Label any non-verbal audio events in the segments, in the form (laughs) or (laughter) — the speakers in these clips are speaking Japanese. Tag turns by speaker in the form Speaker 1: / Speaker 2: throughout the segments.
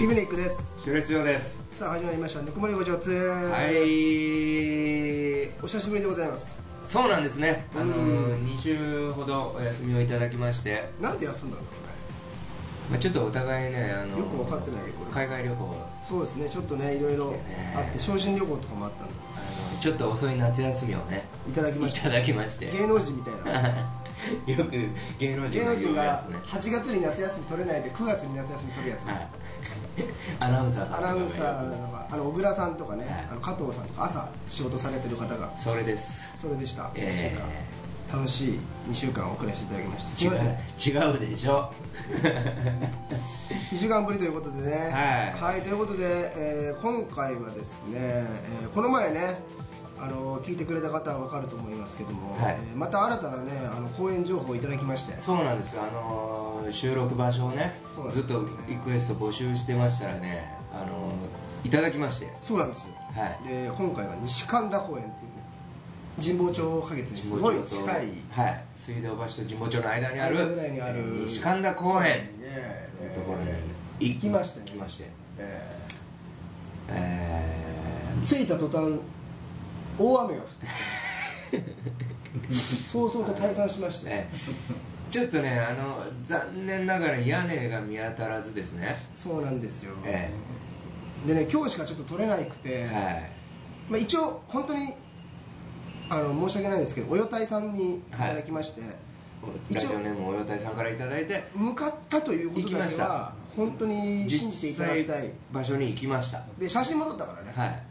Speaker 1: ビブネックです
Speaker 2: 修平修郎です
Speaker 1: さあ始まりました「ぬくもりご上通」
Speaker 2: はい
Speaker 1: お久しぶりでございます
Speaker 2: そうなんですねあの
Speaker 1: う
Speaker 2: 2週ほどお休みをいただきまして、
Speaker 1: なんで休んだのこ
Speaker 2: まあ、ちょっとお互いねあの
Speaker 1: よくわかってないけど
Speaker 2: 海外旅行
Speaker 1: れそうですねちょっとねいろいろあって昇進旅行とかもあったんで
Speaker 2: あのちょっと遅い夏休みをね
Speaker 1: いただきま
Speaker 2: い
Speaker 1: した
Speaker 2: ただきまして
Speaker 1: 芸能人みたい
Speaker 2: (laughs)
Speaker 1: な
Speaker 2: よく芸能人
Speaker 1: 芸能人が
Speaker 2: ね
Speaker 1: 8月に夏休み取れないで9月に夏休み取るやつ
Speaker 2: はい (laughs) アナウンサーさん
Speaker 1: ア
Speaker 2: とか
Speaker 1: ナウ
Speaker 2: もよ
Speaker 1: ン
Speaker 2: く
Speaker 1: サーとかあの小倉さんとかね
Speaker 2: はい
Speaker 1: あの加藤さんとか朝仕事されてる方が
Speaker 2: それです
Speaker 1: それでした一週
Speaker 2: え
Speaker 1: 間楽しい2週間遅れしていただきましてす
Speaker 2: え
Speaker 1: いません
Speaker 2: 違うでしょ
Speaker 1: 2週間ぶりということでね、
Speaker 2: はい
Speaker 1: ということで、えー今回はですね、えーこの前ねあの聞いてくれた方は分かると思いますけども、
Speaker 2: はい
Speaker 1: えーまた新たなねあの公演情報をいただきまして
Speaker 2: そうなんですよあのー収録場所をね
Speaker 1: そうなん
Speaker 2: ず
Speaker 1: で
Speaker 2: っ
Speaker 1: す
Speaker 2: とリクエスト募集してましたらねあのーいただきまして
Speaker 1: そうなんですよ、
Speaker 2: はい
Speaker 1: で今回は西神田公園っていうね神保町花月にすごい近い
Speaker 2: はい水道橋と神保町の間にある
Speaker 1: 間ぐらいにある
Speaker 2: えー西神田公園
Speaker 1: え
Speaker 2: の
Speaker 1: ー
Speaker 2: ところに
Speaker 1: 行きましたね
Speaker 2: 行きまして
Speaker 1: え
Speaker 2: え
Speaker 1: ー着いた途端大雨が降って
Speaker 2: (laughs)
Speaker 1: きてそうそうと退散しまし
Speaker 2: ー (laughs)
Speaker 1: て、
Speaker 2: ねちょっとねあの残念ながら屋根が見当たらずですね
Speaker 1: そうなんですよ、
Speaker 2: え
Speaker 1: でね今日しかちょっと取れなくて、
Speaker 2: えはい
Speaker 1: まあ、一応本当にあの申し訳ないですけどおよたいさんにいただきまして、
Speaker 2: ラジオネームおよたいさんからいただいて
Speaker 1: 向かったということ
Speaker 2: 行き
Speaker 1: だ
Speaker 2: ま
Speaker 1: け
Speaker 2: し
Speaker 1: は
Speaker 2: た
Speaker 1: 本当に信じていただきたい
Speaker 2: 場所に行きました
Speaker 1: で写真も撮ったからね、
Speaker 2: はい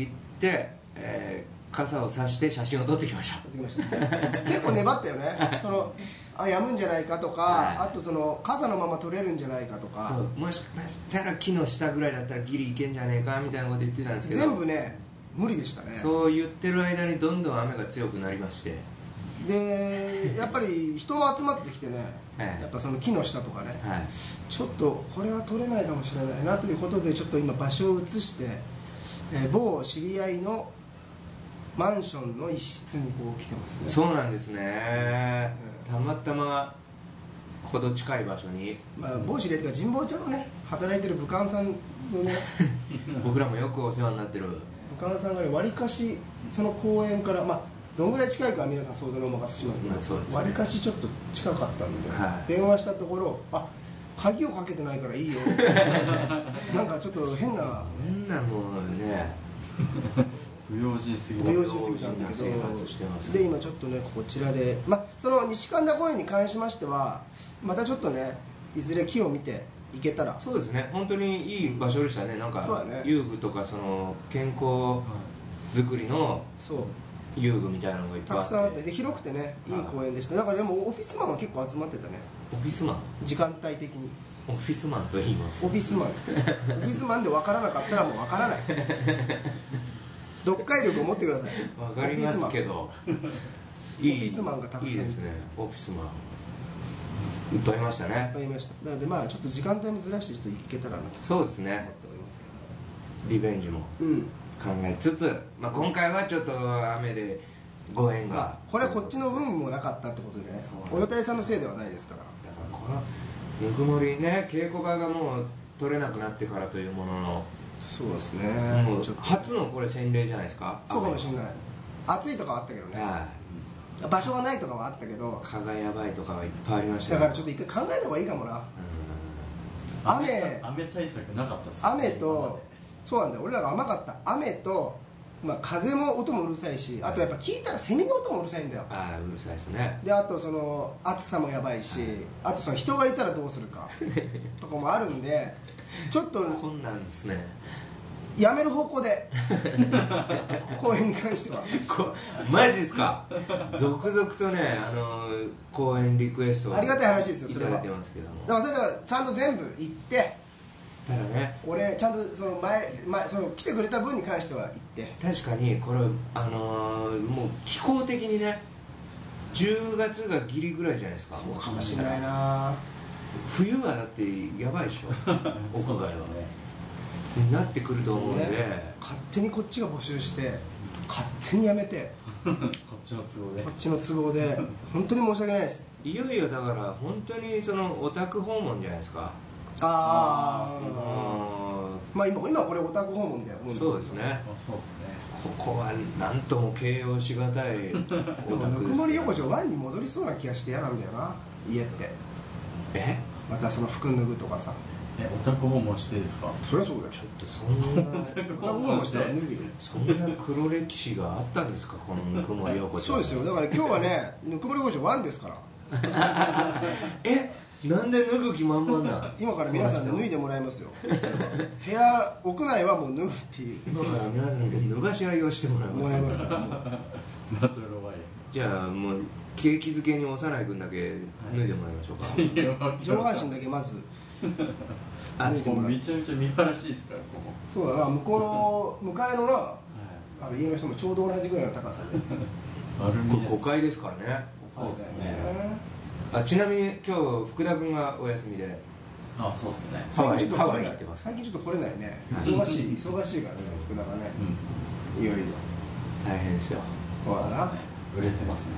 Speaker 2: 行って、えー傘を差して写真を撮ってきました
Speaker 1: 撮ってきま
Speaker 2: (laughs)
Speaker 1: した結構粘ったよねそのあやむんじゃないかとか、
Speaker 2: はい
Speaker 1: あとその傘のまま撮れるんじゃないかとか
Speaker 2: そうもしかしたら木の下ぐらいだったらギリいけんじゃねえかみたいなこと言ってたんですけど
Speaker 1: 全部ね無理でしたね
Speaker 2: そう言ってる間にどんどん雨が強くなりまして
Speaker 1: でやっぱり人も集まってきてね、
Speaker 2: はい
Speaker 1: やっぱその木の下とかね、
Speaker 2: はい
Speaker 1: ちょっとこれは取れないかもしれないなということでちょっと今場所を移して、えー某知り合いのマンションの一室にこう来てますね
Speaker 2: そうなんですねたまたまほど近い場所に
Speaker 1: まあ、某知り合いというか神保町のね働いてる武漢さんの
Speaker 2: (laughs)
Speaker 1: ね
Speaker 2: 僕らもよくお世話になってる
Speaker 1: 武漢さんがわりかしその公園からまあどんぐらい近いかは皆さん想像にお任せしますけ
Speaker 2: まあそうです
Speaker 1: ど
Speaker 2: ね
Speaker 1: わり、かしちょっと近かったんで、
Speaker 2: はい
Speaker 1: 電話したところあ鍵をかけてないからい
Speaker 2: (laughs)
Speaker 1: いよなんかちょっと変な
Speaker 2: こんなもんね
Speaker 3: 不用心すぎ
Speaker 1: ご
Speaker 3: る
Speaker 1: 用心すぎたんですけど
Speaker 2: 生活してます
Speaker 1: で今ちょっとねこちらで、ま、その西神田公園に関しましてはまたちょっとねいずれ木を見ていけたら
Speaker 2: そうですね本当にいい場所でしたねなん
Speaker 1: そうだ
Speaker 2: か、
Speaker 1: ね
Speaker 2: 遊具とかその健康づくりの
Speaker 1: そう
Speaker 2: 遊具みたいなのがいっぱい
Speaker 1: た
Speaker 2: あ
Speaker 1: く
Speaker 2: って
Speaker 1: さんあってで広くてねいい公園でしただからでもオフィスマンは結構集まってたね
Speaker 2: オフィスマン
Speaker 1: 時間帯的に
Speaker 2: オフィスマンと言います
Speaker 1: オフィスマン (laughs) オフィスマンで分からなかったらもう分から
Speaker 2: (laughs)
Speaker 1: ない読解力を持ってください
Speaker 2: わかりますけどいい
Speaker 1: オフィスマンがたくさん
Speaker 2: いいですねオフィスマンいっぱいいました
Speaker 1: オフィスマンいっ
Speaker 2: ね
Speaker 1: ぱいいましたなのでまあちょっと時間帯もずらしてちょっといけたらなと思って
Speaker 2: そうですね
Speaker 1: おります
Speaker 2: リベンジも
Speaker 1: うん
Speaker 2: 考えつつ、まあ、今回はちょっと雨でご縁が
Speaker 1: まあ、これはこっちの運もなかったってことでね
Speaker 2: そう
Speaker 1: およたいさんのせいではないですから
Speaker 2: だからこのぬくもりね稽古場がもう取れなくなってからというものの
Speaker 1: そうですね
Speaker 2: もう
Speaker 1: ちょっと
Speaker 2: 初のこれ洗礼じゃないですか
Speaker 1: そうかもしれない暑いとかはあったけどね
Speaker 2: は
Speaker 1: 場所がないとかはあったけど
Speaker 2: い蚊がやばいとかはいっぱいありました
Speaker 1: だ
Speaker 2: よ
Speaker 1: からちょっと一回考えた方がいいかもな雨
Speaker 3: 雨対策なかったっすね
Speaker 1: 雨とそうなんだよ俺らが甘かった雨と、まあ、風も音もうるさいしあとやっぱ聞いたらセミの音もうるさいんだよ
Speaker 2: うんああうるさいですね
Speaker 1: であとその暑さもやばいしあとその人がいたらどうするかとかもあるん (laughs) でちょっと
Speaker 2: こんなんですね
Speaker 1: やめる方向 (laughs) で公演に関しては
Speaker 2: こマジっすか続々とねあのー公演リクエストを
Speaker 1: ありがたい話ですよ
Speaker 2: い
Speaker 1: そ
Speaker 2: た
Speaker 1: れは
Speaker 2: だいてますけども
Speaker 1: だからそれだからちゃんと全部行って
Speaker 2: ただね
Speaker 1: 俺ちゃんとその前前その来てくれた分に関しては行って
Speaker 2: 確かにこれあのーもう気候的にね10月がギリぐらいじゃないですか
Speaker 1: そうかもしれないな
Speaker 2: 冬はだってやばい
Speaker 1: (laughs)
Speaker 2: でしょ屋
Speaker 3: そう
Speaker 2: 外
Speaker 3: で
Speaker 2: は
Speaker 3: すよね (laughs)
Speaker 2: になってくると思うんで、
Speaker 1: ね勝手にこっちが募集して勝手にやめて
Speaker 3: こっちの都合で
Speaker 1: こっちの都合
Speaker 2: (laughs)
Speaker 1: で本当に申し訳ないです
Speaker 2: いよいよだから本当にそのオタク訪問じゃないですか
Speaker 1: ああ
Speaker 2: うーん
Speaker 1: まあ今今これオタク訪問だよ本当に
Speaker 2: そうですね
Speaker 3: あそうですね
Speaker 2: ここはなんとも形容しがたい
Speaker 1: でも
Speaker 2: オタ
Speaker 1: ぬ
Speaker 2: ク
Speaker 1: く
Speaker 2: です
Speaker 1: もり横丁ワンに戻りそうな気がして嫌なんだよな家って
Speaker 2: え
Speaker 1: またその服脱ぐとかさ
Speaker 3: えオタク訪問してですか (laughs)
Speaker 1: そりゃそうだよ
Speaker 2: ちょっとそんな
Speaker 1: オタク訪問したら脱ぐよ
Speaker 2: そんな黒歴史があったんですかこのぬくもり横丁
Speaker 1: そうですよだから今日はね (laughs) ぬくもり横丁ワンですから
Speaker 2: (laughs) えなんで脱ぐ気満々 (laughs) な
Speaker 1: 今から皆さん脱いでもらいますよ部屋屋内はもう脱ぐっていう
Speaker 2: 今から皆さんで脱がし合いをしてもらいます
Speaker 1: もらいますからもう
Speaker 3: バトルロワイ
Speaker 2: じゃあもう景気づけに幼い君だけ脱いでもらいましょうか、
Speaker 3: ヤルいやわかんない
Speaker 1: 上半身だけまず
Speaker 3: あ
Speaker 1: 脱いで
Speaker 3: ここ
Speaker 1: もらう
Speaker 3: めちゃめちゃ見晴らしいですからここ
Speaker 1: そうだな向こうの向かいのな
Speaker 3: は
Speaker 1: あの家の人もちょうど同じぐらいの高さで
Speaker 3: い丸
Speaker 2: こ
Speaker 3: 見
Speaker 2: れ
Speaker 3: え
Speaker 2: 5階ですからね
Speaker 3: そうですね
Speaker 2: あちなみに今日福田君がお休みで
Speaker 3: あそうですね
Speaker 1: 最近ちょっと
Speaker 2: ハ
Speaker 1: 来
Speaker 2: ワ
Speaker 1: れ
Speaker 2: イに
Speaker 1: な
Speaker 2: 行
Speaker 1: い
Speaker 2: ってます
Speaker 1: 最近ちょっと来れないね忙しい忙しいからね福田がね
Speaker 3: うん
Speaker 1: いよいよ
Speaker 2: 大変ですよ
Speaker 1: そうだな
Speaker 3: 売れてますね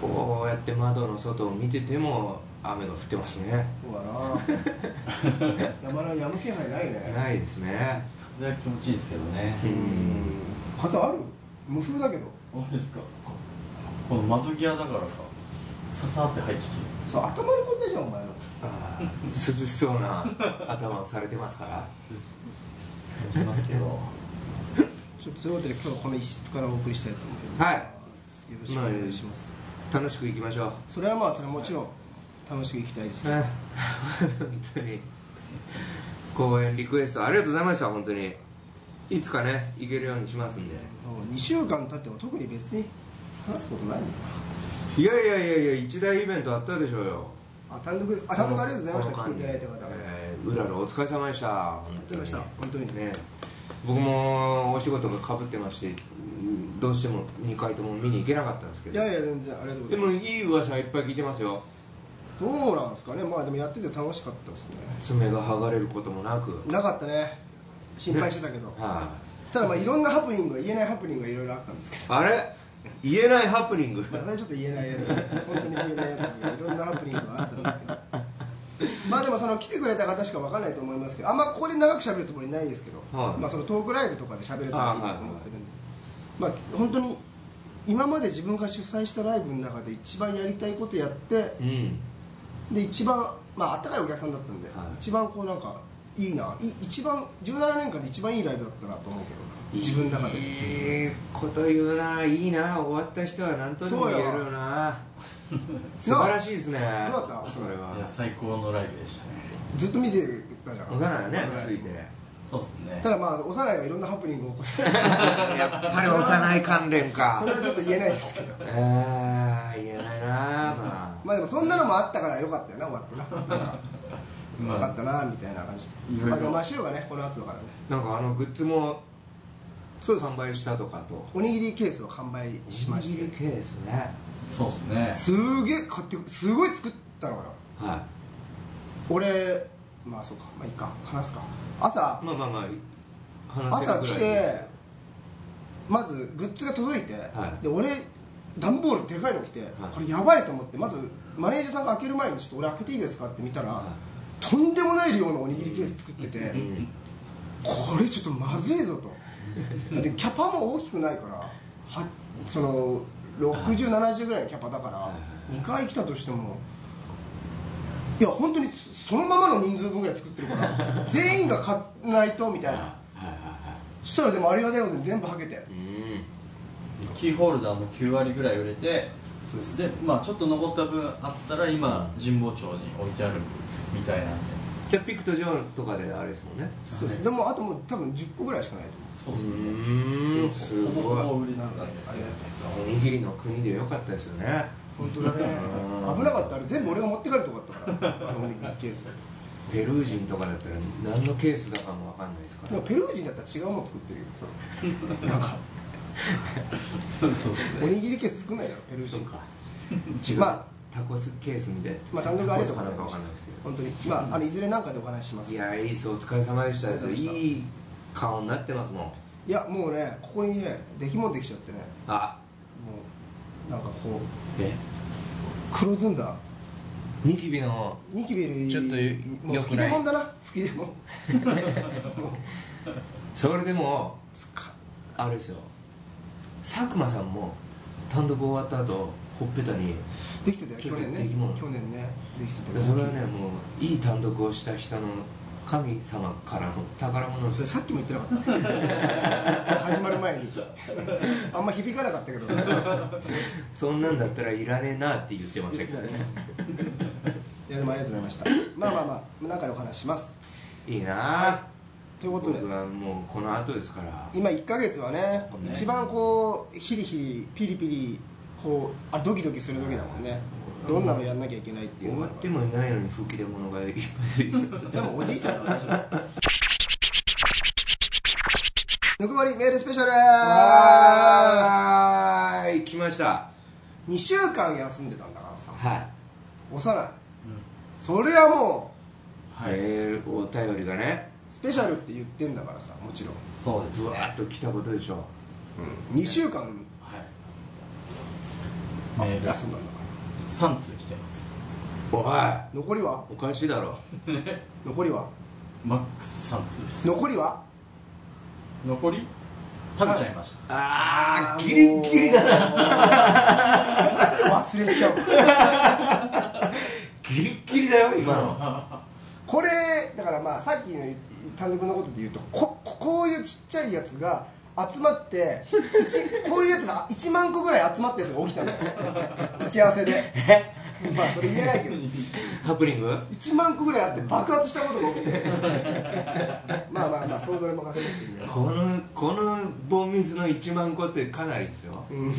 Speaker 2: こうやって窓の外を見てても雨が降ってますね
Speaker 1: そうだな山のやむ気配ないね
Speaker 2: ないですね
Speaker 3: 風は気持ちいいですけどね
Speaker 2: う
Speaker 1: うんん風ある無風だけど
Speaker 3: あれですかここの窓際だからかささって入ってきて
Speaker 1: そう頭にこんだじゃんお前の
Speaker 2: あー涼しそうな頭をされてますから
Speaker 3: 感じますけど
Speaker 1: ちょっとということで今日はこの一室からお送りしたいと思います
Speaker 2: はい
Speaker 1: よろしくお願いします
Speaker 2: 楽しくいきましょ
Speaker 1: それはまあそれはもちろん楽しくいきたいです
Speaker 2: う
Speaker 1: ね
Speaker 2: ね本当に公演リクエストありがとうございました本当にいつかね行けるようにしますんで
Speaker 1: 2週間経っても特に別に話すことないね
Speaker 2: いやいやいやいや一大イベントあったでしょうよ
Speaker 1: あ単独ですあ単独ありがとうございました
Speaker 2: こ
Speaker 1: 来
Speaker 2: の
Speaker 1: て
Speaker 2: 間
Speaker 1: いただいた方
Speaker 2: えーうららお疲れ様でした本当
Speaker 1: お疲れ様
Speaker 2: に
Speaker 1: でした本当に
Speaker 2: ね僕もお仕事がかぶってましてうんどうしても2回とも見に行けなかったんですけ
Speaker 1: い
Speaker 2: ど
Speaker 1: やいや全然ありがとうござ
Speaker 2: で
Speaker 1: いま
Speaker 2: もいい噂いっぱい聞いてますよ
Speaker 1: すどうなんですかねまあでもやってて楽しかったですね
Speaker 2: 爪が剥がれることもなく
Speaker 1: なかったね心配してたけど、
Speaker 2: は
Speaker 1: ただまあいろんなハプニングが言えないハプニングがいろいろあったんですけ
Speaker 2: いあれ言えないハプニング
Speaker 1: どまだちょっと言えないやつ本当に言えないやつがいろんなハプニングがあったんですけどまあでもその来てくれた方しかわかんないと思いますけどあんまここで長く喋るつもりないですけど、
Speaker 2: はい
Speaker 1: まあそのトークライブとかで喋れたらいいなと思ってるんで、まあ本当に今まで自分が主催したライブの中で一番やりたいことやって
Speaker 2: うん
Speaker 1: で一番まああったかいお客さんだったんで、
Speaker 2: はい
Speaker 1: 一番こうなんかいいない一番17年間で一番いいライブだったなと思うけど自分の中で
Speaker 2: いいこと言うないいな終わった人は何とでも言えるよな素晴らしいですねどう
Speaker 1: どうだった
Speaker 2: それ
Speaker 3: いや
Speaker 2: は
Speaker 3: 最高のライブでしたね
Speaker 1: ずっと見てたじゃん
Speaker 2: おさないねついて
Speaker 3: そうですね
Speaker 1: ただまあ幼いがいろんなハプニングを起こしてるそれ
Speaker 2: やっぱり幼い関連か
Speaker 1: はちょっと言えないですけど
Speaker 2: えー、言えないなまあ
Speaker 1: まあでもそんなのもあったからよかったよな終わってななんか
Speaker 3: まあ
Speaker 1: よかったなみたいな感じで
Speaker 3: いろいろ
Speaker 1: まあでも真っ白がねこの後だからね
Speaker 2: なんかあのグッズも
Speaker 1: そうです
Speaker 2: 販売したとかと
Speaker 1: おにぎりケースを販売しまし
Speaker 2: 握る
Speaker 1: て
Speaker 2: 系ですね
Speaker 3: そうですね
Speaker 1: すげえ買ってすごい作ったのよ
Speaker 2: は
Speaker 1: 俺まあそうかまあいいか話すか朝
Speaker 2: いまあまあまあ話せ
Speaker 1: 朝
Speaker 2: るぐ
Speaker 1: 来
Speaker 2: らい
Speaker 1: てまずグッズが届いて、
Speaker 2: はい
Speaker 1: で俺段ボールでかいの来て、これやばいと思ってまずマネージャーさんが開ける前にちょっと俺開けていいですかって見たら、
Speaker 2: は
Speaker 1: とんでもない量のおにぎりケース作ってて、
Speaker 2: うん
Speaker 1: これちょっとまずいぞと
Speaker 2: (laughs)
Speaker 1: でキャパも大きくないからはその6070ぐらいのキャパだから、
Speaker 2: はい
Speaker 1: 2回来たとしてもいや本当にそそのままの人数分ぐらい作ってるから
Speaker 2: (laughs)
Speaker 1: 全員が買わないとみたいな
Speaker 2: はいはいは
Speaker 1: そしたらでもありがたいことに全部はけて
Speaker 2: いうん
Speaker 3: キーホルダーも9割ぐらい売れて
Speaker 1: そうです
Speaker 3: でまあちょっと残った分あったら今神保町に置いてあるみたいなんで
Speaker 2: じゃあピクとジョンとかであれですもんね
Speaker 1: そうですでもあともう多分10個ぐらいしかないと
Speaker 3: そううですね
Speaker 2: ーんす
Speaker 3: ほぼほぼ
Speaker 2: ごい
Speaker 3: 売れな
Speaker 1: 思
Speaker 3: ん
Speaker 1: う
Speaker 3: だね
Speaker 1: ありがたい
Speaker 2: おにぎりの国でよかったですよね
Speaker 1: 本当だね
Speaker 2: うん
Speaker 1: 危なかったあれ全部俺が持って帰るとこだったからあのおにぎりケース
Speaker 2: ペルー人とかだったら何のケースだかもわかんないですか
Speaker 1: で
Speaker 2: ら
Speaker 1: もペルー人だったら違うもの作ってるよそれなんか
Speaker 3: そうです
Speaker 1: お
Speaker 3: ね
Speaker 1: にぎりケース少ないだろペルー人
Speaker 2: 違う
Speaker 1: ま
Speaker 2: タコスケースみたいな、
Speaker 1: まあ、単独ありがとうござい
Speaker 2: タコ
Speaker 1: ま
Speaker 2: ス
Speaker 1: した
Speaker 2: かなんかわかんないですけど
Speaker 1: 本当に、まあ、あのいずれなんかでお話しします
Speaker 2: いやいいっすお疲れ様でした
Speaker 1: ありがとうございました
Speaker 2: いい顔になってますもん
Speaker 1: いやもうねここにね出来物できちゃってね
Speaker 2: あ
Speaker 1: もうなんかこう
Speaker 2: え
Speaker 1: 黒ずんだ
Speaker 2: ニキビの
Speaker 1: ニキビより
Speaker 2: ちょっとよ
Speaker 1: もう
Speaker 2: 良
Speaker 1: 吹き
Speaker 2: く
Speaker 1: 出
Speaker 2: ない
Speaker 1: 物だな吹き出物 (laughs) もう
Speaker 2: それでも
Speaker 1: つか
Speaker 2: あれですよ佐久間さんも単独終わった後ほっぺたに
Speaker 1: できてたよ去年
Speaker 2: 出
Speaker 1: ね
Speaker 2: 来物
Speaker 1: 去年ねできてた
Speaker 2: で
Speaker 1: よ
Speaker 2: それはねもういい単独をした人の神様からの宝物で
Speaker 1: そ
Speaker 2: す
Speaker 1: れさっきも言ってなかった (laughs) 始まる前にあんま響かなかったけど
Speaker 2: そんなんだったらいらねえなって言ってましたけどね
Speaker 1: いやでもありがとうございましたまあまあまあ中でお話します
Speaker 2: いいなあ
Speaker 1: ということで
Speaker 2: 僕はもうこの後ですから
Speaker 1: 今1ヶ月はね
Speaker 3: そうね
Speaker 1: 一番こうヒリヒリピリピリこうあれドキドキする時だもんねどんなのやんなきゃいけないっていう
Speaker 2: 終
Speaker 1: の
Speaker 2: わ
Speaker 1: が
Speaker 2: ってもいないのに吹き出物がいっぱい出てきます
Speaker 1: でもおじいちゃんの話だぬくもりメールスペシャル
Speaker 2: (laughs) はーい来ました
Speaker 1: 2週間休んでたんだからさ
Speaker 2: はい
Speaker 1: 幼いそれはも
Speaker 3: はい、
Speaker 2: えー、お便りがね
Speaker 1: うスペシャルって言ってんだからさもちろん、
Speaker 3: そうです
Speaker 2: ぶ
Speaker 3: ね
Speaker 2: わーっと来たことでしょ
Speaker 1: 2週間
Speaker 3: はいメール
Speaker 1: 休んだんだから
Speaker 3: 3通来てます
Speaker 2: おい
Speaker 1: 残りは
Speaker 2: おかしいだろ
Speaker 1: 残りは
Speaker 3: マックス3通です
Speaker 1: 残りは
Speaker 3: 残り食べちゃいました
Speaker 2: あーギリギリだな
Speaker 1: な忘れちゃう
Speaker 2: ギリギリだよ今の
Speaker 1: これだからまあさっきの言単独のことで言うとこここういうちっちゃいやつが集まって一こういうやつが1万個ぐらい集まったやつが起きたんだよ打ち合わせでまあそれ言えないけ
Speaker 3: (laughs)
Speaker 1: ど
Speaker 2: ハプニング
Speaker 1: 1万個ぐらいあって爆発したことが起きてまあまあまあ想像に任せますけどね
Speaker 2: このこのボンミスの1万個ってかなりですよ
Speaker 1: うん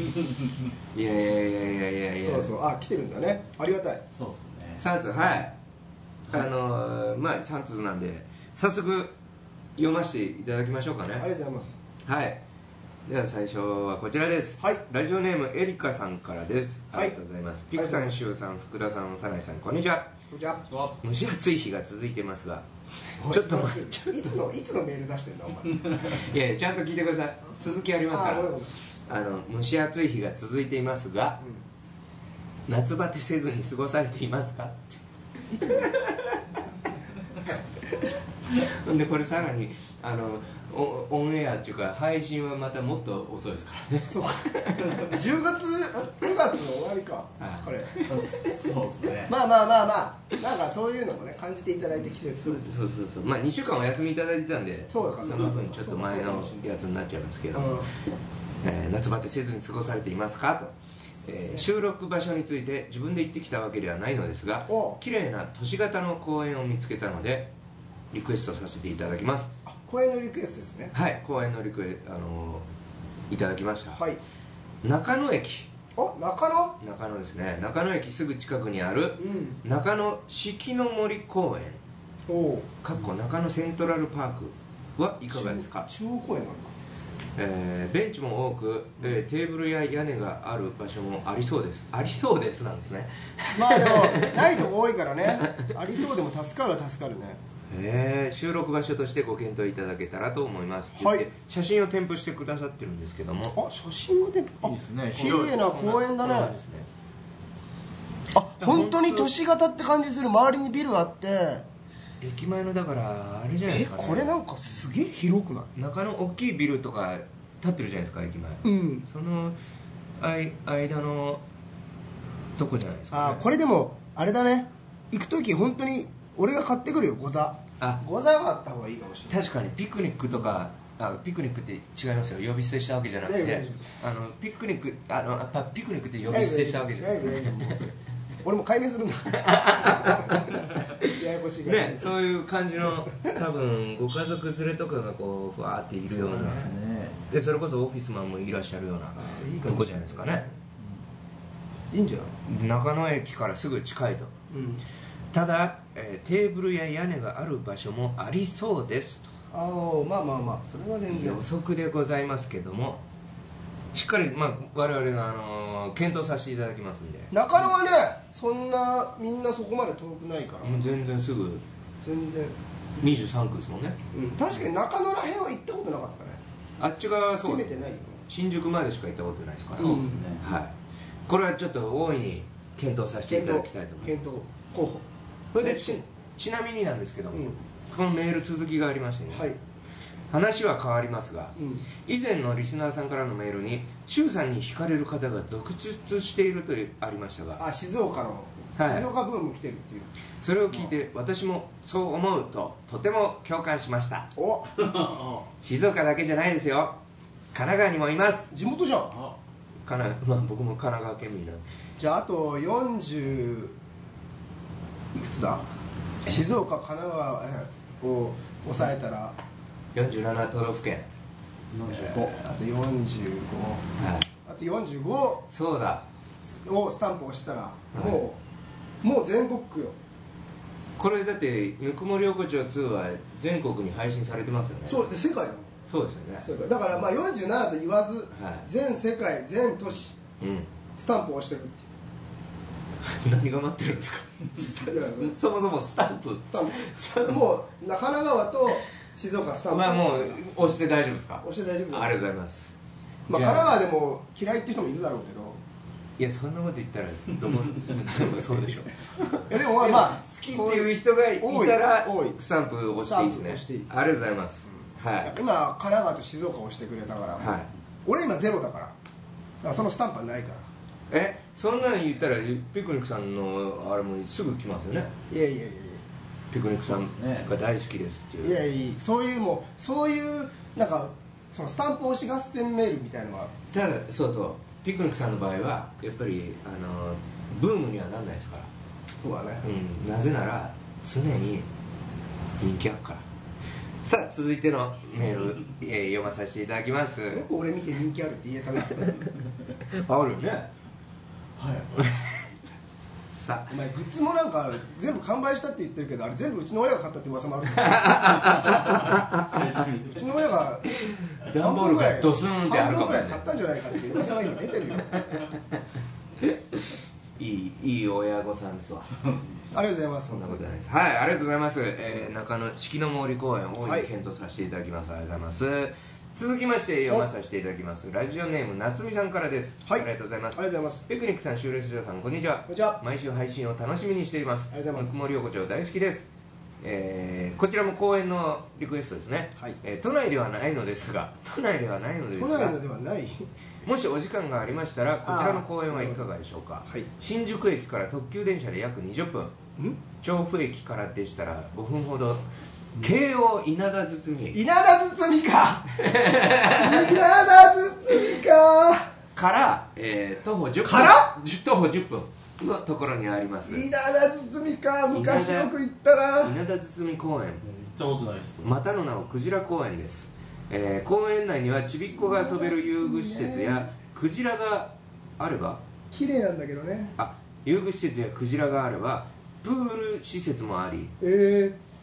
Speaker 2: いやいやいやいやいやいや
Speaker 1: そうそうあ来てるんだねありがたい
Speaker 3: そうですね
Speaker 2: 3通はいあのーまあ3通なんで早速読ませていただきましょうか
Speaker 1: あ
Speaker 2: ね
Speaker 1: りがとうございます
Speaker 2: はいでは最初はこちらです、
Speaker 1: はい
Speaker 2: ラジオネームエリカさんからですあ
Speaker 1: はい
Speaker 2: りがとうございます、ピクさ
Speaker 1: あり
Speaker 2: ん
Speaker 1: が
Speaker 2: シュウさん福田さんサナイさんこんにちは
Speaker 1: こんにちは
Speaker 3: あ
Speaker 2: 蒸し暑い日が続いてますがちょっと待って
Speaker 1: いつのいつのメール出してんだお前
Speaker 2: いやいやちゃんと聞いてください続きありますか
Speaker 1: あごめんご
Speaker 2: らあの蒸し暑い日が続いていますが夏バテせずに過ごされています
Speaker 1: (laughs)
Speaker 2: かほんでこれさらにあのオンオンエアっていうか配信はまたもっと遅いですからね
Speaker 1: そうか10月あ9月の終わりか
Speaker 2: はい
Speaker 1: これ
Speaker 3: そうですね
Speaker 1: まあまあまあまあなんかそういうのもね感じていただいて季節
Speaker 2: そうそうそうそうまあ2週間お休みいただいてたんで
Speaker 1: そうだから
Speaker 2: の分ちょっと前のやつになっちゃいますけど、えー夏バテせずに過ごされていますかと、えー収録場所について自分で行ってきたわけではないのですが
Speaker 1: おう
Speaker 2: 綺麗な都市型の公園を見つけたのでリクエストさせていただきます
Speaker 1: あ公演のリクエストですね
Speaker 2: はい公園のリクエあのーいただきました、
Speaker 1: はい
Speaker 2: 中野駅
Speaker 1: あ中野
Speaker 2: 中野ですね中野駅すぐ近くにある
Speaker 1: うん
Speaker 2: 中野四季の森公園
Speaker 1: おお
Speaker 2: かっこ中野セントラルパークはいかがですか、
Speaker 1: 中央公園なのか
Speaker 2: えーベンチも多く、えーテーブルや屋根がある場所もありそうですありそうですなんですね
Speaker 1: まあでもないとこ多いからねありそうでも助かるは助かるね
Speaker 2: えー収録場所としてご検討いただけたらと思います、
Speaker 1: はい
Speaker 2: って言って写真を添付してくださってるんですけども
Speaker 1: あ写真をであ
Speaker 3: いいですね
Speaker 1: 綺麗な公園だ
Speaker 2: そう
Speaker 1: ね
Speaker 2: ですね
Speaker 1: あ本当に都市型って感じする周りにビルあって
Speaker 2: 駅前のだからあれじゃないで
Speaker 1: え
Speaker 2: すか、ね、
Speaker 1: これなんかすげえ広くない
Speaker 2: 中野大きいビルとか建ってるじゃないですか駅前、
Speaker 1: うん
Speaker 2: そのあい間のとこじゃないですか、ね、
Speaker 1: あーこれでもあれだね行く時本当に俺が買ってくるよゴザ
Speaker 2: あ
Speaker 1: ゴザがあった方がいいかもしれない
Speaker 2: 確かにピクニックとかあピクニックって違いますよ呼び捨てしたわけじゃなく
Speaker 1: いやいや
Speaker 2: て
Speaker 1: いや
Speaker 2: あのピクニックあのあピクニックって呼び捨てしたわけじゃなく
Speaker 1: いやいやいや
Speaker 2: て
Speaker 1: いやもうそれ俺も解明す
Speaker 2: (laughs)
Speaker 1: るんだややこしいから
Speaker 2: ねそういう感じの多分ご家族連れとかがこうふわーっているような
Speaker 3: ね
Speaker 2: でそれこそオフィスマンもいらっしゃるような
Speaker 1: ーいいか
Speaker 2: と
Speaker 1: も
Speaker 2: こ
Speaker 1: し
Speaker 2: じ
Speaker 1: れ
Speaker 2: ゃ
Speaker 1: ない
Speaker 2: ないですかね
Speaker 1: いいんじゃない
Speaker 2: 中野駅からすぐ近いと
Speaker 1: うん
Speaker 2: ただ、えーテーブルや屋根がある場所もありそうですと
Speaker 1: ああまあまあまあそれは全然
Speaker 2: 予測でございますけどもしっかり、まあ、我々が、あのー検討させていただきますんで
Speaker 1: 中野はねそんなみんなそこまで遠くないから、
Speaker 2: もう全然すぐ
Speaker 1: 全然、
Speaker 2: 23区ですもんね
Speaker 1: うん、確かに中野らへんは行ったことなかったね
Speaker 2: あっち側そ
Speaker 1: 攻
Speaker 2: う
Speaker 1: め
Speaker 2: で
Speaker 1: て
Speaker 2: す
Speaker 1: ないよ
Speaker 2: 新宿までしか行ったことないですから、
Speaker 1: うん
Speaker 3: そうですね (laughs)
Speaker 2: はい、これはちょっと大いに検討させてい
Speaker 1: 検
Speaker 2: ただ
Speaker 1: 討
Speaker 2: きたいと思います
Speaker 1: 検討候補
Speaker 2: それでちちなみになんですけども、
Speaker 1: うん
Speaker 2: このメール続きがありましてね、
Speaker 1: はい、
Speaker 2: 話は変わりますが、
Speaker 1: うん、
Speaker 2: 以前のリスナーさんからのメールに周さんに惹かれる方が続出しているというありましたが
Speaker 1: あ静岡の、
Speaker 2: はい
Speaker 1: 静岡ブーム来てるっていう
Speaker 2: それを聞いて私もそう思うととても共感しました (laughs)
Speaker 1: お
Speaker 2: 静岡だけじゃないですよ神奈川にもいます
Speaker 1: 地元じゃん
Speaker 3: あ
Speaker 2: かな、まあ、僕も神奈 (laughs) 川県民なんで
Speaker 1: じゃああと40いくつだ静岡神奈川えーを抑えたら、
Speaker 2: 47都道府県、
Speaker 3: 45
Speaker 1: えーあと45
Speaker 2: はい、
Speaker 1: あと45を
Speaker 2: そうだ
Speaker 1: スタンプ押したらもう、もう全国区よ
Speaker 2: これだってぬくもり横丁2は全国に配信されてますよね
Speaker 1: そうで世界よ
Speaker 2: そうです
Speaker 1: そ
Speaker 2: よ
Speaker 1: う
Speaker 2: ね
Speaker 1: かだからまあ47と言わず、
Speaker 2: はい
Speaker 1: 全世界全都市
Speaker 2: うん (laughs)
Speaker 1: スタンプを押していくって
Speaker 2: 何が待ってるんですか
Speaker 1: いうだから
Speaker 2: そもそもスタンプ
Speaker 1: スタンプもう中神奈川と静岡スタンプ
Speaker 2: まあもう
Speaker 1: 押して
Speaker 2: 押して大丈夫ですか
Speaker 1: 押して大丈夫
Speaker 2: ありがとうございます
Speaker 1: まあ、神
Speaker 2: じゃあ
Speaker 1: 奈川でも嫌いって人もいるだろうけ
Speaker 2: (laughs)
Speaker 1: ど
Speaker 2: いやそんなこと言ったら
Speaker 1: (laughs)
Speaker 2: どこ全部そうでしょ
Speaker 1: えでもまあ、まあ、
Speaker 2: 好きっていう人がいたら
Speaker 1: 多い多い
Speaker 2: スタンプ押していい
Speaker 1: ス
Speaker 2: です
Speaker 1: タンプ
Speaker 2: ね
Speaker 1: 押していい
Speaker 2: ありがとうございますはい
Speaker 1: 今神奈川と静岡を押してくれたから、
Speaker 2: はい
Speaker 1: 俺今ゼロだからだからそのスタンプはないか
Speaker 2: えそんなん言ったらピクニックさんのあれもすぐ来ますよね
Speaker 1: らいやいやい
Speaker 2: ピクニックさん
Speaker 3: そうですね
Speaker 2: が大好きですっていう
Speaker 1: やいやいやいやそういうもうそういうなんかそのスタンプ押し合戦メールみたいのは
Speaker 2: ただそうそうピクニックさんの場合はやっぱりあのブームにはなんないですから
Speaker 1: そうだね
Speaker 2: うん、なぜなら常に人気あるからさあ続いてのメール、えー読まさせていただきます
Speaker 1: よく俺見て人気あるって言えたな
Speaker 2: あるね
Speaker 3: (laughs) はい
Speaker 2: さ
Speaker 1: お前グッズもなんか全部完売したって言ってるけどあれ全部うちの親が買ったって噂もあるうちの親が
Speaker 2: 段ボールがドスンってあるかもしれない
Speaker 1: 半分ぐらい買ったんじゃないかっていう噂が今出てるよ
Speaker 2: あいいいい親御さんですわ
Speaker 1: (laughs) ありがとうございます
Speaker 2: そんな
Speaker 1: 本
Speaker 2: こ
Speaker 1: 当に
Speaker 2: とないですはいありがとうございます、えー中野四季の森公園を大いに検討させていただきます、ありがとうございます続きまして読まさせていただきますラジオネーム夏美さんからです、
Speaker 1: はい
Speaker 2: ありがとうございます
Speaker 1: ありがとうございます
Speaker 2: ピクニックさん、修列嬢さん、こんにちは。
Speaker 1: こんにちは
Speaker 2: 毎週配信を楽しみにしています。
Speaker 1: ありがとうございます
Speaker 2: ぬくもり横丁大好きです。えーこちらも公演のリクエストですね、
Speaker 1: はい
Speaker 2: えー都内ではないのですが、 (laughs) 都内ではないのです
Speaker 1: 都
Speaker 2: が、
Speaker 1: 内のではない
Speaker 2: もしお時間がありましたら、こちらの公演はいかがでしょうか。
Speaker 1: あーはい
Speaker 2: 新宿駅から特急電車で約20分、
Speaker 1: ん
Speaker 2: 調布駅からでしたら5分ほど、京王稲田堤駅
Speaker 1: 稲田包み
Speaker 2: (laughs)
Speaker 1: か稲田包みか
Speaker 2: から、えー徒歩10分
Speaker 1: から
Speaker 2: 徒歩10分のところにあります。
Speaker 1: 稲田包みか昔よく行ったな
Speaker 2: 稲田堤公園
Speaker 3: 行ったことないです
Speaker 2: またの名をクジラ公園です、えー公園内にはちびっ子が遊べる遊具施設やクジラがあれば
Speaker 1: 綺麗なんだけどね
Speaker 2: あ遊具施設やクジラがあればプール施設もあり、
Speaker 1: え
Speaker 2: えー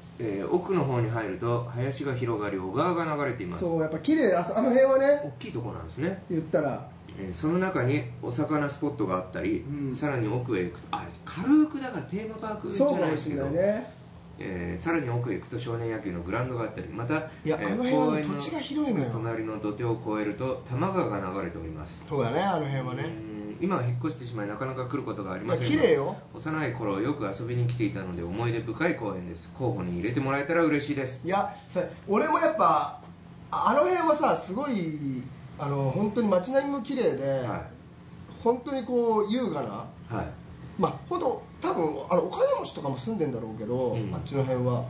Speaker 2: 奥の方に入ると林が広がり小川が流れてい
Speaker 1: ー、
Speaker 2: ます
Speaker 1: そうやっぱ綺麗あそあの辺はね
Speaker 2: 大きいところなんですね、
Speaker 1: 言ったら
Speaker 2: えーその中にお魚スポットがあったり、
Speaker 1: うん
Speaker 2: さらに奥へ行くとあ軽くだからテーマパークじゃ
Speaker 1: そうか
Speaker 2: ない
Speaker 1: も
Speaker 2: です
Speaker 1: し
Speaker 2: け
Speaker 1: れ
Speaker 2: ど
Speaker 1: ないね
Speaker 2: えーさらに奥へ行くと少年野球のグラウンドがあったりまた
Speaker 1: いや
Speaker 2: えー
Speaker 1: あの辺はね
Speaker 2: 公園の
Speaker 1: 土地が広いのよ
Speaker 2: 隣の土手を越えると多摩川が流れております
Speaker 1: そうだねあの辺は
Speaker 2: うーん今は引っ越してしまいなかなか来ることがありませんが
Speaker 1: いや綺麗よ
Speaker 2: 幼い頃よく遊びに来ていたので思い出深い公園です候補に入れてもらえたら嬉しいです
Speaker 1: いやさ俺もやっぱああの辺はさすごいあの本当に街並みも綺麗で、
Speaker 2: は
Speaker 1: 本当にこう優雅ない
Speaker 2: はい
Speaker 1: まあ本当多分あのお金持ちとかも住んでんだろうけど、
Speaker 2: うん
Speaker 1: あっちの辺は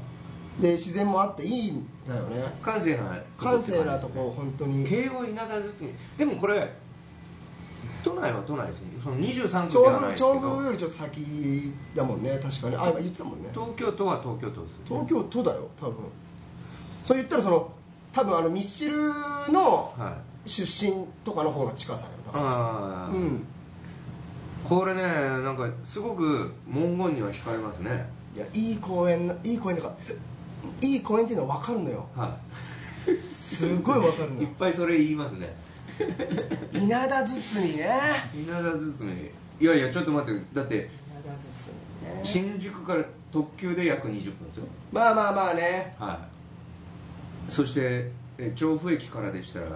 Speaker 1: で自然もあっていいんだよね
Speaker 2: 閑静なとこ
Speaker 1: 閑
Speaker 2: って感じですね
Speaker 1: 静なとこ本当に
Speaker 2: 京王稲田堤でもこれ都内は都内ですねその23区で
Speaker 1: 調
Speaker 2: はない
Speaker 1: 布
Speaker 2: ですけど
Speaker 1: 調布よりちょっと先だもんね確かねあ言ってたもんね
Speaker 2: 東京都は東京都ですね
Speaker 1: 東京都だよ多分そう言ったらその多分あのミスチルの
Speaker 2: はい
Speaker 1: 出身とかの方が近さよだか
Speaker 2: あ
Speaker 1: ら
Speaker 2: あ、
Speaker 1: うん
Speaker 2: これねなんかすごく文言には惹かれますね
Speaker 1: いやいい公園ないい公園とかいい公園っていうのは分かるのよ
Speaker 2: は
Speaker 1: すごい分かるの
Speaker 2: (laughs) いい
Speaker 1: よ
Speaker 2: っぱいそれ言いますね
Speaker 1: 稲田包みね
Speaker 2: 稲田包みいやいやちょっと待ってだって
Speaker 1: 稲田包みね
Speaker 2: 新宿から特急で約20分ですよ
Speaker 1: まあまあまあね
Speaker 2: はいそしてえ調布駅からでしたら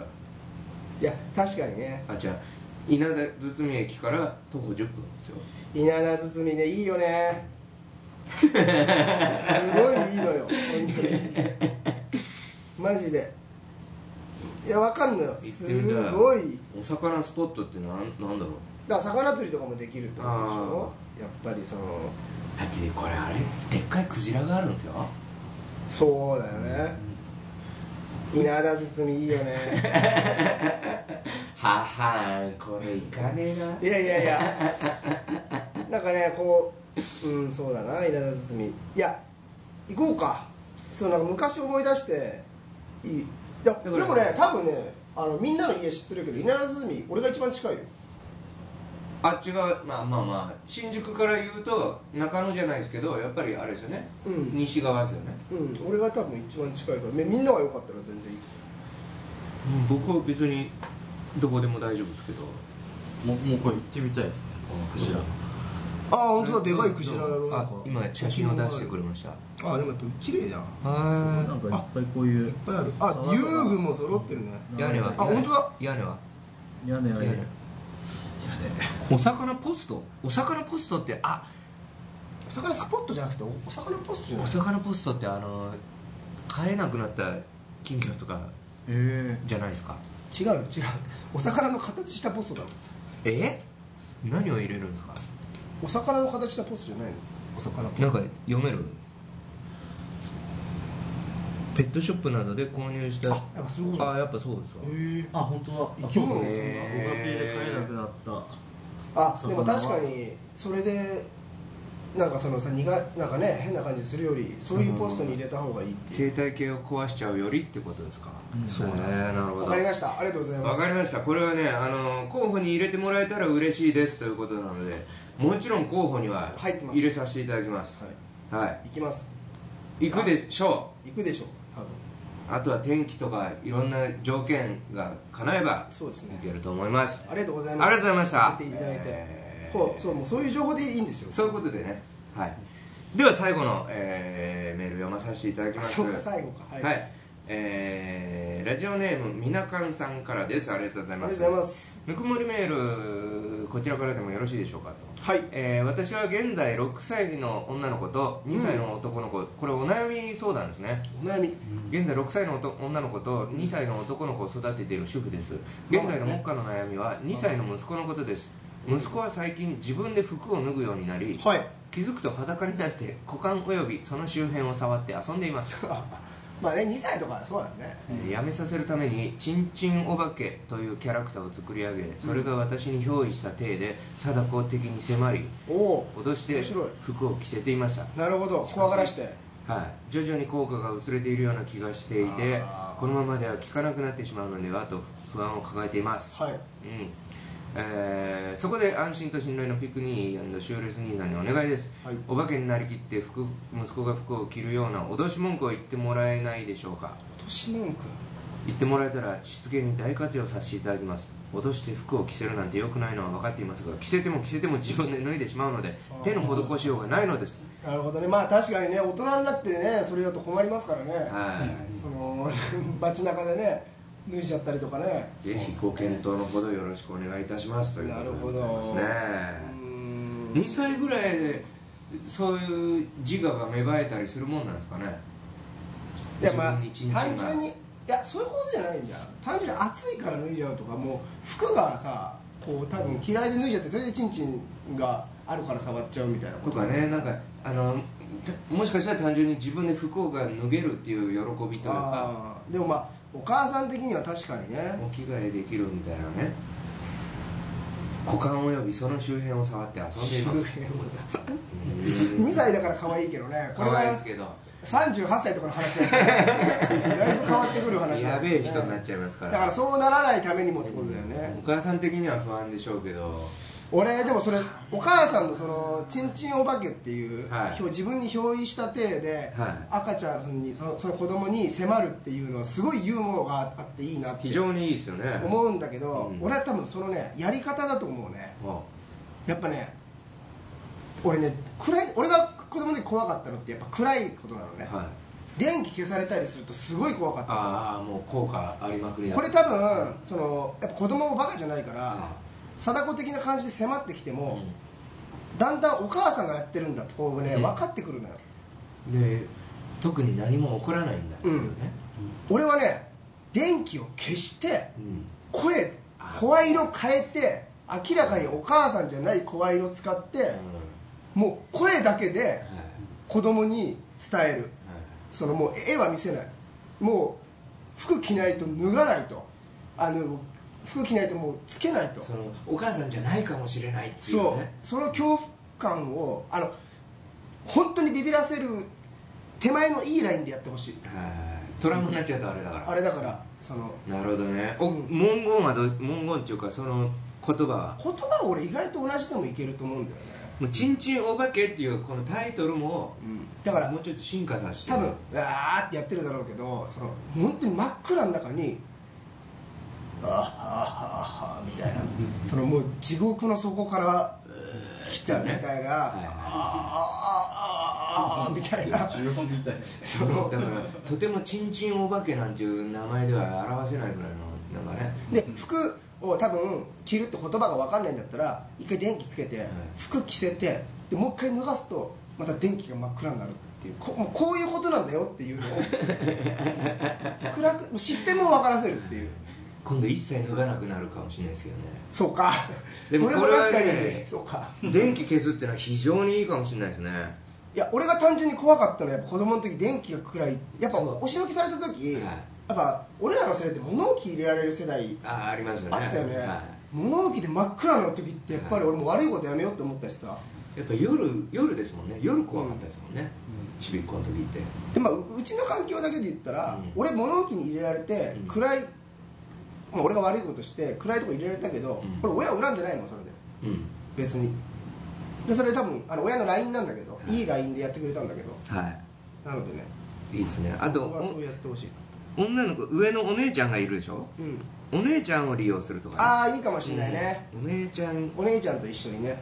Speaker 1: いや確かにね
Speaker 2: あじゃあ稲田堤駅から徒歩10分ですよ
Speaker 1: 稲田包みねいいよねすごいいいのよ本当にマジでいやわかんのよ
Speaker 2: 行
Speaker 1: す
Speaker 2: ってみたい
Speaker 1: ごい
Speaker 2: お魚スポットってなんなんだろう
Speaker 1: だから魚釣りとかもできるってことでしょやっぱりその
Speaker 2: だってこれあれでっかいクジラがあるんですよ
Speaker 1: そうだよね稲田包みいいよね
Speaker 2: ははんこれいかねえない
Speaker 1: やいやいやなんかねこううんそうだな稲田包みいや行こうかそうなんか昔思い出していいいやで
Speaker 2: から
Speaker 1: もね多分ねあのみんなの家知ってるけど稲田包み俺が一番近いよ
Speaker 2: あっちがまあまあまあ新宿から言うと中野じゃないですけどやっぱりあれですよね、
Speaker 1: うん
Speaker 2: 西側ですよね
Speaker 1: うん俺が多分一番近いからみみんなが良かったら全然いい
Speaker 2: 僕は別にどこでも大丈夫ですけど
Speaker 3: もうもうこれ行ってみたいですねこのクジラ
Speaker 1: ああ本当だでかいクジラのなん
Speaker 2: あ
Speaker 1: か
Speaker 2: 今写真を出してくれました
Speaker 1: あでもやっぱ綺麗じゃんいっ
Speaker 2: は
Speaker 3: なんかいっぱいこういう
Speaker 1: ぱいあるあ遊具も揃ってるね
Speaker 2: い屋根は
Speaker 1: あ本当だ
Speaker 2: 屋根は
Speaker 3: 屋根屋根
Speaker 2: 屋根お魚ポストお魚ポストってあ
Speaker 1: お魚スポットじゃなくておお魚ポストじゃな
Speaker 2: お
Speaker 1: くて
Speaker 2: 魚ポストってあの飼えなくなった金魚とか
Speaker 3: え
Speaker 2: じゃないですか
Speaker 1: 違うよ違うお魚の形したポストだろ
Speaker 2: え何を入れるんですか
Speaker 1: お魚の形したポストじゃないのお魚ポス
Speaker 2: なんか読めるペットショップなどで購入した
Speaker 1: トあやっぱそういうこと
Speaker 2: あやっぱそうですわ
Speaker 1: へー
Speaker 3: あ本当だ
Speaker 1: 生き物
Speaker 3: そうそうそうご家
Speaker 2: へー
Speaker 3: 庭で飼えなくなった
Speaker 1: あで
Speaker 3: 魚
Speaker 1: も
Speaker 3: は
Speaker 1: 確かにそれでなんかそのさ苦なんかね変な感じするよりそういうポストに入れた方がいいっていう
Speaker 2: 生態系を壊しちゃうよりってことですか、
Speaker 3: うん
Speaker 2: そうねなるほど
Speaker 1: わかりましたありがとうございます
Speaker 2: わかりましたこれはねあの候補に入れてもらえたら嬉しいですということなのでもちろん候補には
Speaker 1: 入ってます
Speaker 2: 入れさせていただきますはい、
Speaker 1: 行きます
Speaker 2: 行くでしょ
Speaker 1: 行くでしょう多分
Speaker 2: うあとは天気とかいろんな条件が叶えば
Speaker 1: そうですね
Speaker 2: いけると思います
Speaker 1: ありがとうございます
Speaker 2: ありがとうございました
Speaker 1: 見ていただいて
Speaker 2: えー
Speaker 1: こうそうもうそういう情報でいいんですよ
Speaker 2: そういうことでね、はい、では最後の、えーメール読まさせていただき
Speaker 1: あ
Speaker 2: ます
Speaker 1: そうか最後か
Speaker 2: は、
Speaker 1: はいい、
Speaker 2: えーラジオネームみなかんさんからですありがとうござい
Speaker 1: ありが
Speaker 2: ま
Speaker 1: とう
Speaker 2: す
Speaker 1: ございます
Speaker 2: ぬくもりメールこちらからでもよろしいでしょうかと、
Speaker 1: はい
Speaker 2: えー私は現在6歳の女の子と2歳の男の子、これお悩み相談ですね
Speaker 1: お悩み
Speaker 2: 現在6歳の男女の子と2歳の男の子を育てている主婦です現在の目下の悩みは2歳の息子のことです息子は最近自分で服を脱ぐようになり、
Speaker 1: はい (laughs)
Speaker 2: 気づくと裸になって股間およびその周辺を触って遊んでいます、
Speaker 1: あまあね2歳とかそうだね
Speaker 2: えーやめさせるために「ちんちんお化け」というキャラクターを作り上げそれが私に憑依した体で貞子的に迫り
Speaker 1: おお
Speaker 2: 脅して
Speaker 1: 面白い
Speaker 2: 服を着せていました
Speaker 1: なるほど怖がらして
Speaker 2: はい、徐々に効果が薄れているような気がしていて
Speaker 1: あー
Speaker 2: このままでは効かなくなってしまうのではと不安を抱えています、
Speaker 1: はい
Speaker 2: うんえーそこで安心と信頼のピクニーシューレス兄さんにお願いです、
Speaker 1: はい
Speaker 2: お化けになりきって服息子が服を着るような脅し文句を言ってもらえないでしょうか
Speaker 1: 年のんく
Speaker 2: 言ってもらえたらしつけに大活用させていただきます脅して服を着せるなんて良くないのは分かっていますが着せても着せても自分で脱いでしまうので
Speaker 1: あー
Speaker 2: 手の施しようがないのです
Speaker 1: なるほどねまあ確かにね大人になってねそれだと困りますからね
Speaker 2: はい
Speaker 1: その (laughs) 街中でね脱いじゃったりとかね
Speaker 2: ぜひご検討のほどよろしくお願いいたしますという
Speaker 1: なるほ
Speaker 2: ことで
Speaker 1: ど
Speaker 2: ございます
Speaker 1: うー
Speaker 2: ね
Speaker 1: ん
Speaker 2: 2歳ぐらいでそういう自我が芽生えたりするもんなんですかね
Speaker 1: いやまあ
Speaker 2: 自分にチンチンが
Speaker 1: 単純にいやそういうことじゃないんじゃん単純に暑いから脱いじゃうとかもう服がさこう多分嫌いで脱いじゃってそれでチンチンがあるから触っちゃうみたいなこと
Speaker 2: かねなんかあのたもしかしたら単純に自分で不幸が脱げるっていう喜びというか
Speaker 1: あーでもまあお母さん的には確かにね
Speaker 2: お着替えできるみたいなね股間およびその周辺を触って遊んでいます
Speaker 1: (laughs) 2歳だから可愛いけどねこれ
Speaker 2: 可愛いで
Speaker 1: は
Speaker 2: すけど
Speaker 1: 38歳とかの話だからだいぶ変わってくる話だ
Speaker 2: や
Speaker 1: よね
Speaker 2: べえ人になっちゃいますから
Speaker 1: だからそうならないためにもってことだよね
Speaker 2: お母さん的には不安でしょうけど
Speaker 1: 俺でもそれお母さんのその「ちんちんお化け」っていう、
Speaker 2: はい
Speaker 1: 表自分に表意した体で、
Speaker 2: はい
Speaker 1: 赤ちゃんにそのその子供に迫るっていうのはすごいユーモアがあっていいなって
Speaker 2: 非常にいいですよね
Speaker 1: 思うんだけど、
Speaker 2: うん
Speaker 1: 俺は多分そのねやり方だと思うね
Speaker 2: あ
Speaker 1: やっぱね俺ね暗い俺が子供で怖かったのってやっぱ暗いことなのね、
Speaker 2: はい
Speaker 1: 電気消されたりするとすごい怖かった
Speaker 2: ああもう効果ありまくりだ
Speaker 1: これ多分そのやっぱ子供もバカじゃないから貞子的な感じで迫ってきても、だんだんお母さんがやってるんだとこうね
Speaker 2: うん
Speaker 1: 分かってくるのよ、
Speaker 2: で特に何も起こらないんだっていうね、
Speaker 1: 俺はね電気を消して
Speaker 2: うん
Speaker 1: 声
Speaker 2: あ
Speaker 1: 声色変えて明らかにお母さんじゃない声色使ってもう声だけで
Speaker 2: はいはい
Speaker 1: 子供に伝えるそのもう絵は見せないもう服着ないと脱がないとあの服着ないともうつけないと
Speaker 2: そのお母さんじゃないかもしれないっていう
Speaker 1: そう
Speaker 2: ね
Speaker 1: その恐怖感をあの本当にビビらせる手前のいいラインでやってほしい
Speaker 2: はいトラウマになっちゃうとあれだから
Speaker 1: あれだからその
Speaker 2: なるほどねお文言はどう文言っていうかその言葉は
Speaker 1: 言葉は俺意外と同じでもいけると思うんだよね、
Speaker 2: 「もうちんちんお化け」っていうこのタイトルも
Speaker 1: だから
Speaker 2: もうちょっと進化させて
Speaker 1: 多分わーってやってるだろうけどその本当に真っ暗の中にあーはーはーはーみたいなそのもう地獄の底から来たみたいな、あー
Speaker 2: い
Speaker 1: あーあーあーあーみたいな
Speaker 3: 需要みたいな
Speaker 1: その
Speaker 2: だからとても「ちんちんお化け」なんていう名前では表せないぐらいのなんかね
Speaker 1: で服を多分着るって言葉が分かんないんだったら一回電気つけて服着せてでもう一回脱がすとまた電気が真っ暗になるっていうこもうこういうことなんだよっていうのを暗くもうシステムを分からせるっていう
Speaker 2: 今度一切脱がなくなるかもしれないですけどね
Speaker 1: そうか
Speaker 2: でも
Speaker 1: それも
Speaker 2: これは
Speaker 1: 確かに、
Speaker 2: ね
Speaker 1: そうか
Speaker 2: 電気消すっていうのは非常にいいかもしれないですね
Speaker 1: いや俺が単純に怖かったのはやっぱ子供の時電気が暗いやっぱ
Speaker 2: そう
Speaker 1: お仕置きされた時、
Speaker 2: はい
Speaker 1: やっぱ俺らの世代って物置入れられる世代
Speaker 2: ああありましたね
Speaker 1: あったよね、
Speaker 2: はい
Speaker 1: 物置で真っ暗の時ってやっぱり俺も悪いことやめようって思ったしさ、
Speaker 2: やっぱ夜夜ですもんね夜怖かったですもんね、ちびっ子の時って
Speaker 1: でまあ、ううちの環境だけで言ったら、
Speaker 2: うん
Speaker 1: 俺物置に入れられて、
Speaker 2: うん
Speaker 1: 暗い、まあ、俺が悪いことして暗いとこ入れられたけど、
Speaker 2: うん
Speaker 1: 俺親を恨んでないもんそれで
Speaker 2: うん
Speaker 1: 別にでそれ多分あの親の LINE なんだけど、
Speaker 2: い
Speaker 1: い、い LINE でやってくれたんだけど
Speaker 2: は
Speaker 1: なのでね
Speaker 2: いいいですねあと
Speaker 1: 僕はそう
Speaker 2: お
Speaker 1: やってほしい、
Speaker 2: 女の子上のお姉ちゃんがいるでしょ
Speaker 1: うん、
Speaker 2: お姉ちゃんを利用するとか、
Speaker 1: ああいいかもしれないね、
Speaker 2: うんお姉ちゃん
Speaker 1: お姉ちゃんと一緒にね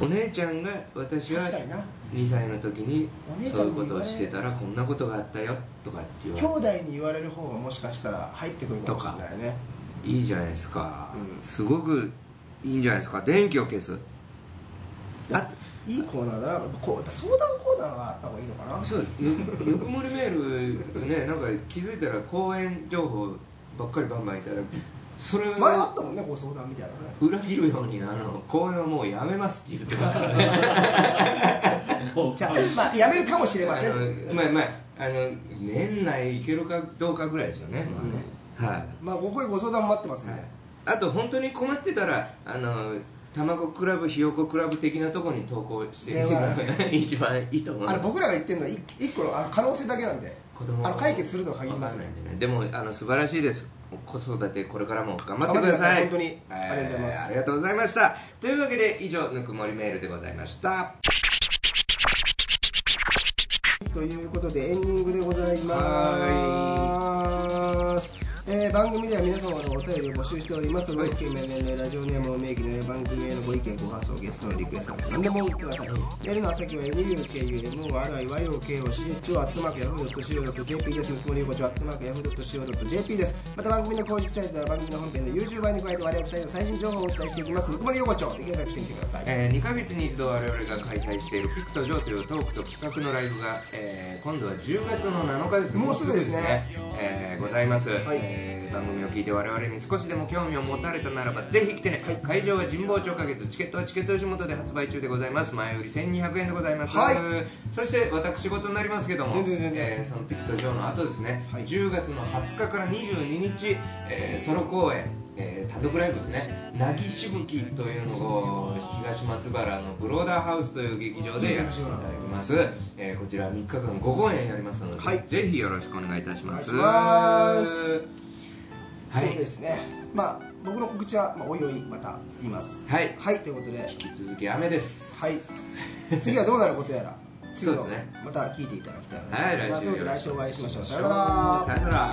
Speaker 2: お姉ちゃんが私は
Speaker 1: 確かにな
Speaker 2: 2歳の時に
Speaker 1: お姉ち
Speaker 2: そ
Speaker 1: ゃ
Speaker 2: うい
Speaker 1: ん
Speaker 2: う
Speaker 1: に
Speaker 2: ことをしてたらこんなことがあったよとかって言
Speaker 1: 兄
Speaker 2: わ
Speaker 1: 弟に言われる方がもしかしたら入ってくるかもしれないね
Speaker 2: れいいじゃないですか、
Speaker 1: うん
Speaker 2: すごくいいんじゃないですか電気を消すあ
Speaker 1: いいコーナーだなやっぱこうやっぱ相談コーナーがあった方がいいのかな
Speaker 2: そうよよくもりメールねなんか気づいたら公演情報ばっかりバンバンいただくそれ
Speaker 1: 前あっ
Speaker 2: を
Speaker 1: たもんねご相談みたいなね
Speaker 2: 裏切るようにあの公演はもうやめますって言ってますからね (laughs)
Speaker 1: じゃあ、まあ、やめるかもしれま
Speaker 2: あ
Speaker 1: せん。
Speaker 2: のまあまああの年内いけるかどうかぐらいですよね,、まあねはい
Speaker 1: まあ、ご声ご相談待ってます
Speaker 2: はい
Speaker 1: ね。
Speaker 2: あと本当に困ってたらあの卵クラブひよこクラブ的なところに投稿して
Speaker 1: 電話
Speaker 2: 一番一番いいと思う
Speaker 1: あの、僕らが言ってるのは、い一個の、あの、可能性だけなんで。
Speaker 2: 子供は
Speaker 1: あの、解決するとは限り
Speaker 2: わ
Speaker 1: ま
Speaker 2: か
Speaker 1: せ
Speaker 2: んないん
Speaker 1: ん。
Speaker 2: でねでもあの素晴らしいです子育てこれからも頑張ってください
Speaker 1: 頑張ってください本当にありがとうございます
Speaker 2: ありがとうございましたというわけで以上ぬくもりメールでございました
Speaker 1: ということで、エンディングでございます。えー番組では皆様のお便りを募集しております。ご意見、年齢、ラジオネームを名義の番組へのご意見、ご感想、ゲストのリクエスト、何でもください。メールの先は NUKUMORIYOKOCHO アットマークヤフー .co.jp です。ぬくもり横丁アットマークヤフー .co.jp です。また番組の公式サイトや番組の本編の YouTube 版に加えて我々二人の最新情報をお伝えしていきます。ぬくもり横丁で検索してみてください。
Speaker 2: え2ヶ月に一度我々が開催しているピクとジョーというトークと企画のライブが、えー今度は10月の7日ですね
Speaker 1: もうすぐですね
Speaker 2: えーございます、
Speaker 1: はい
Speaker 2: えー番組を聞いて我々に少しでも興味を持たれたならばぜひ来てね、会場は神保町花月チケットはチケット吉本で発売中でございます前売り1200円でございます、
Speaker 1: はい
Speaker 2: そして私事になりますけども
Speaker 1: 全然全然
Speaker 2: えーそのピクとジョーの後ですね、
Speaker 1: はい
Speaker 2: 10月の20日から22日、えーソロ公演、えー単独ライブですね「なぎしぶき」というのを東松原のブローダーハウスという劇場でやらせていただきます、えーこちら3日間5公演やりますので、
Speaker 1: はい
Speaker 2: ぜひよろしくお願いいたします
Speaker 1: お願いします
Speaker 2: は
Speaker 1: そうで
Speaker 2: い
Speaker 1: すね、まあ、僕の告知は、まあ、おいおいまた言います
Speaker 2: はい
Speaker 1: はいということで、はい、
Speaker 2: 引き続き雨です
Speaker 1: 次はどうなることやら次の
Speaker 2: そうですね
Speaker 1: また聞いていただきたい
Speaker 2: はい来週
Speaker 1: まあすごく
Speaker 2: よろ
Speaker 1: 来
Speaker 2: し
Speaker 1: 週
Speaker 2: く
Speaker 1: お会いしましょうさ
Speaker 2: さ
Speaker 1: よ
Speaker 2: よ
Speaker 1: なら
Speaker 2: なら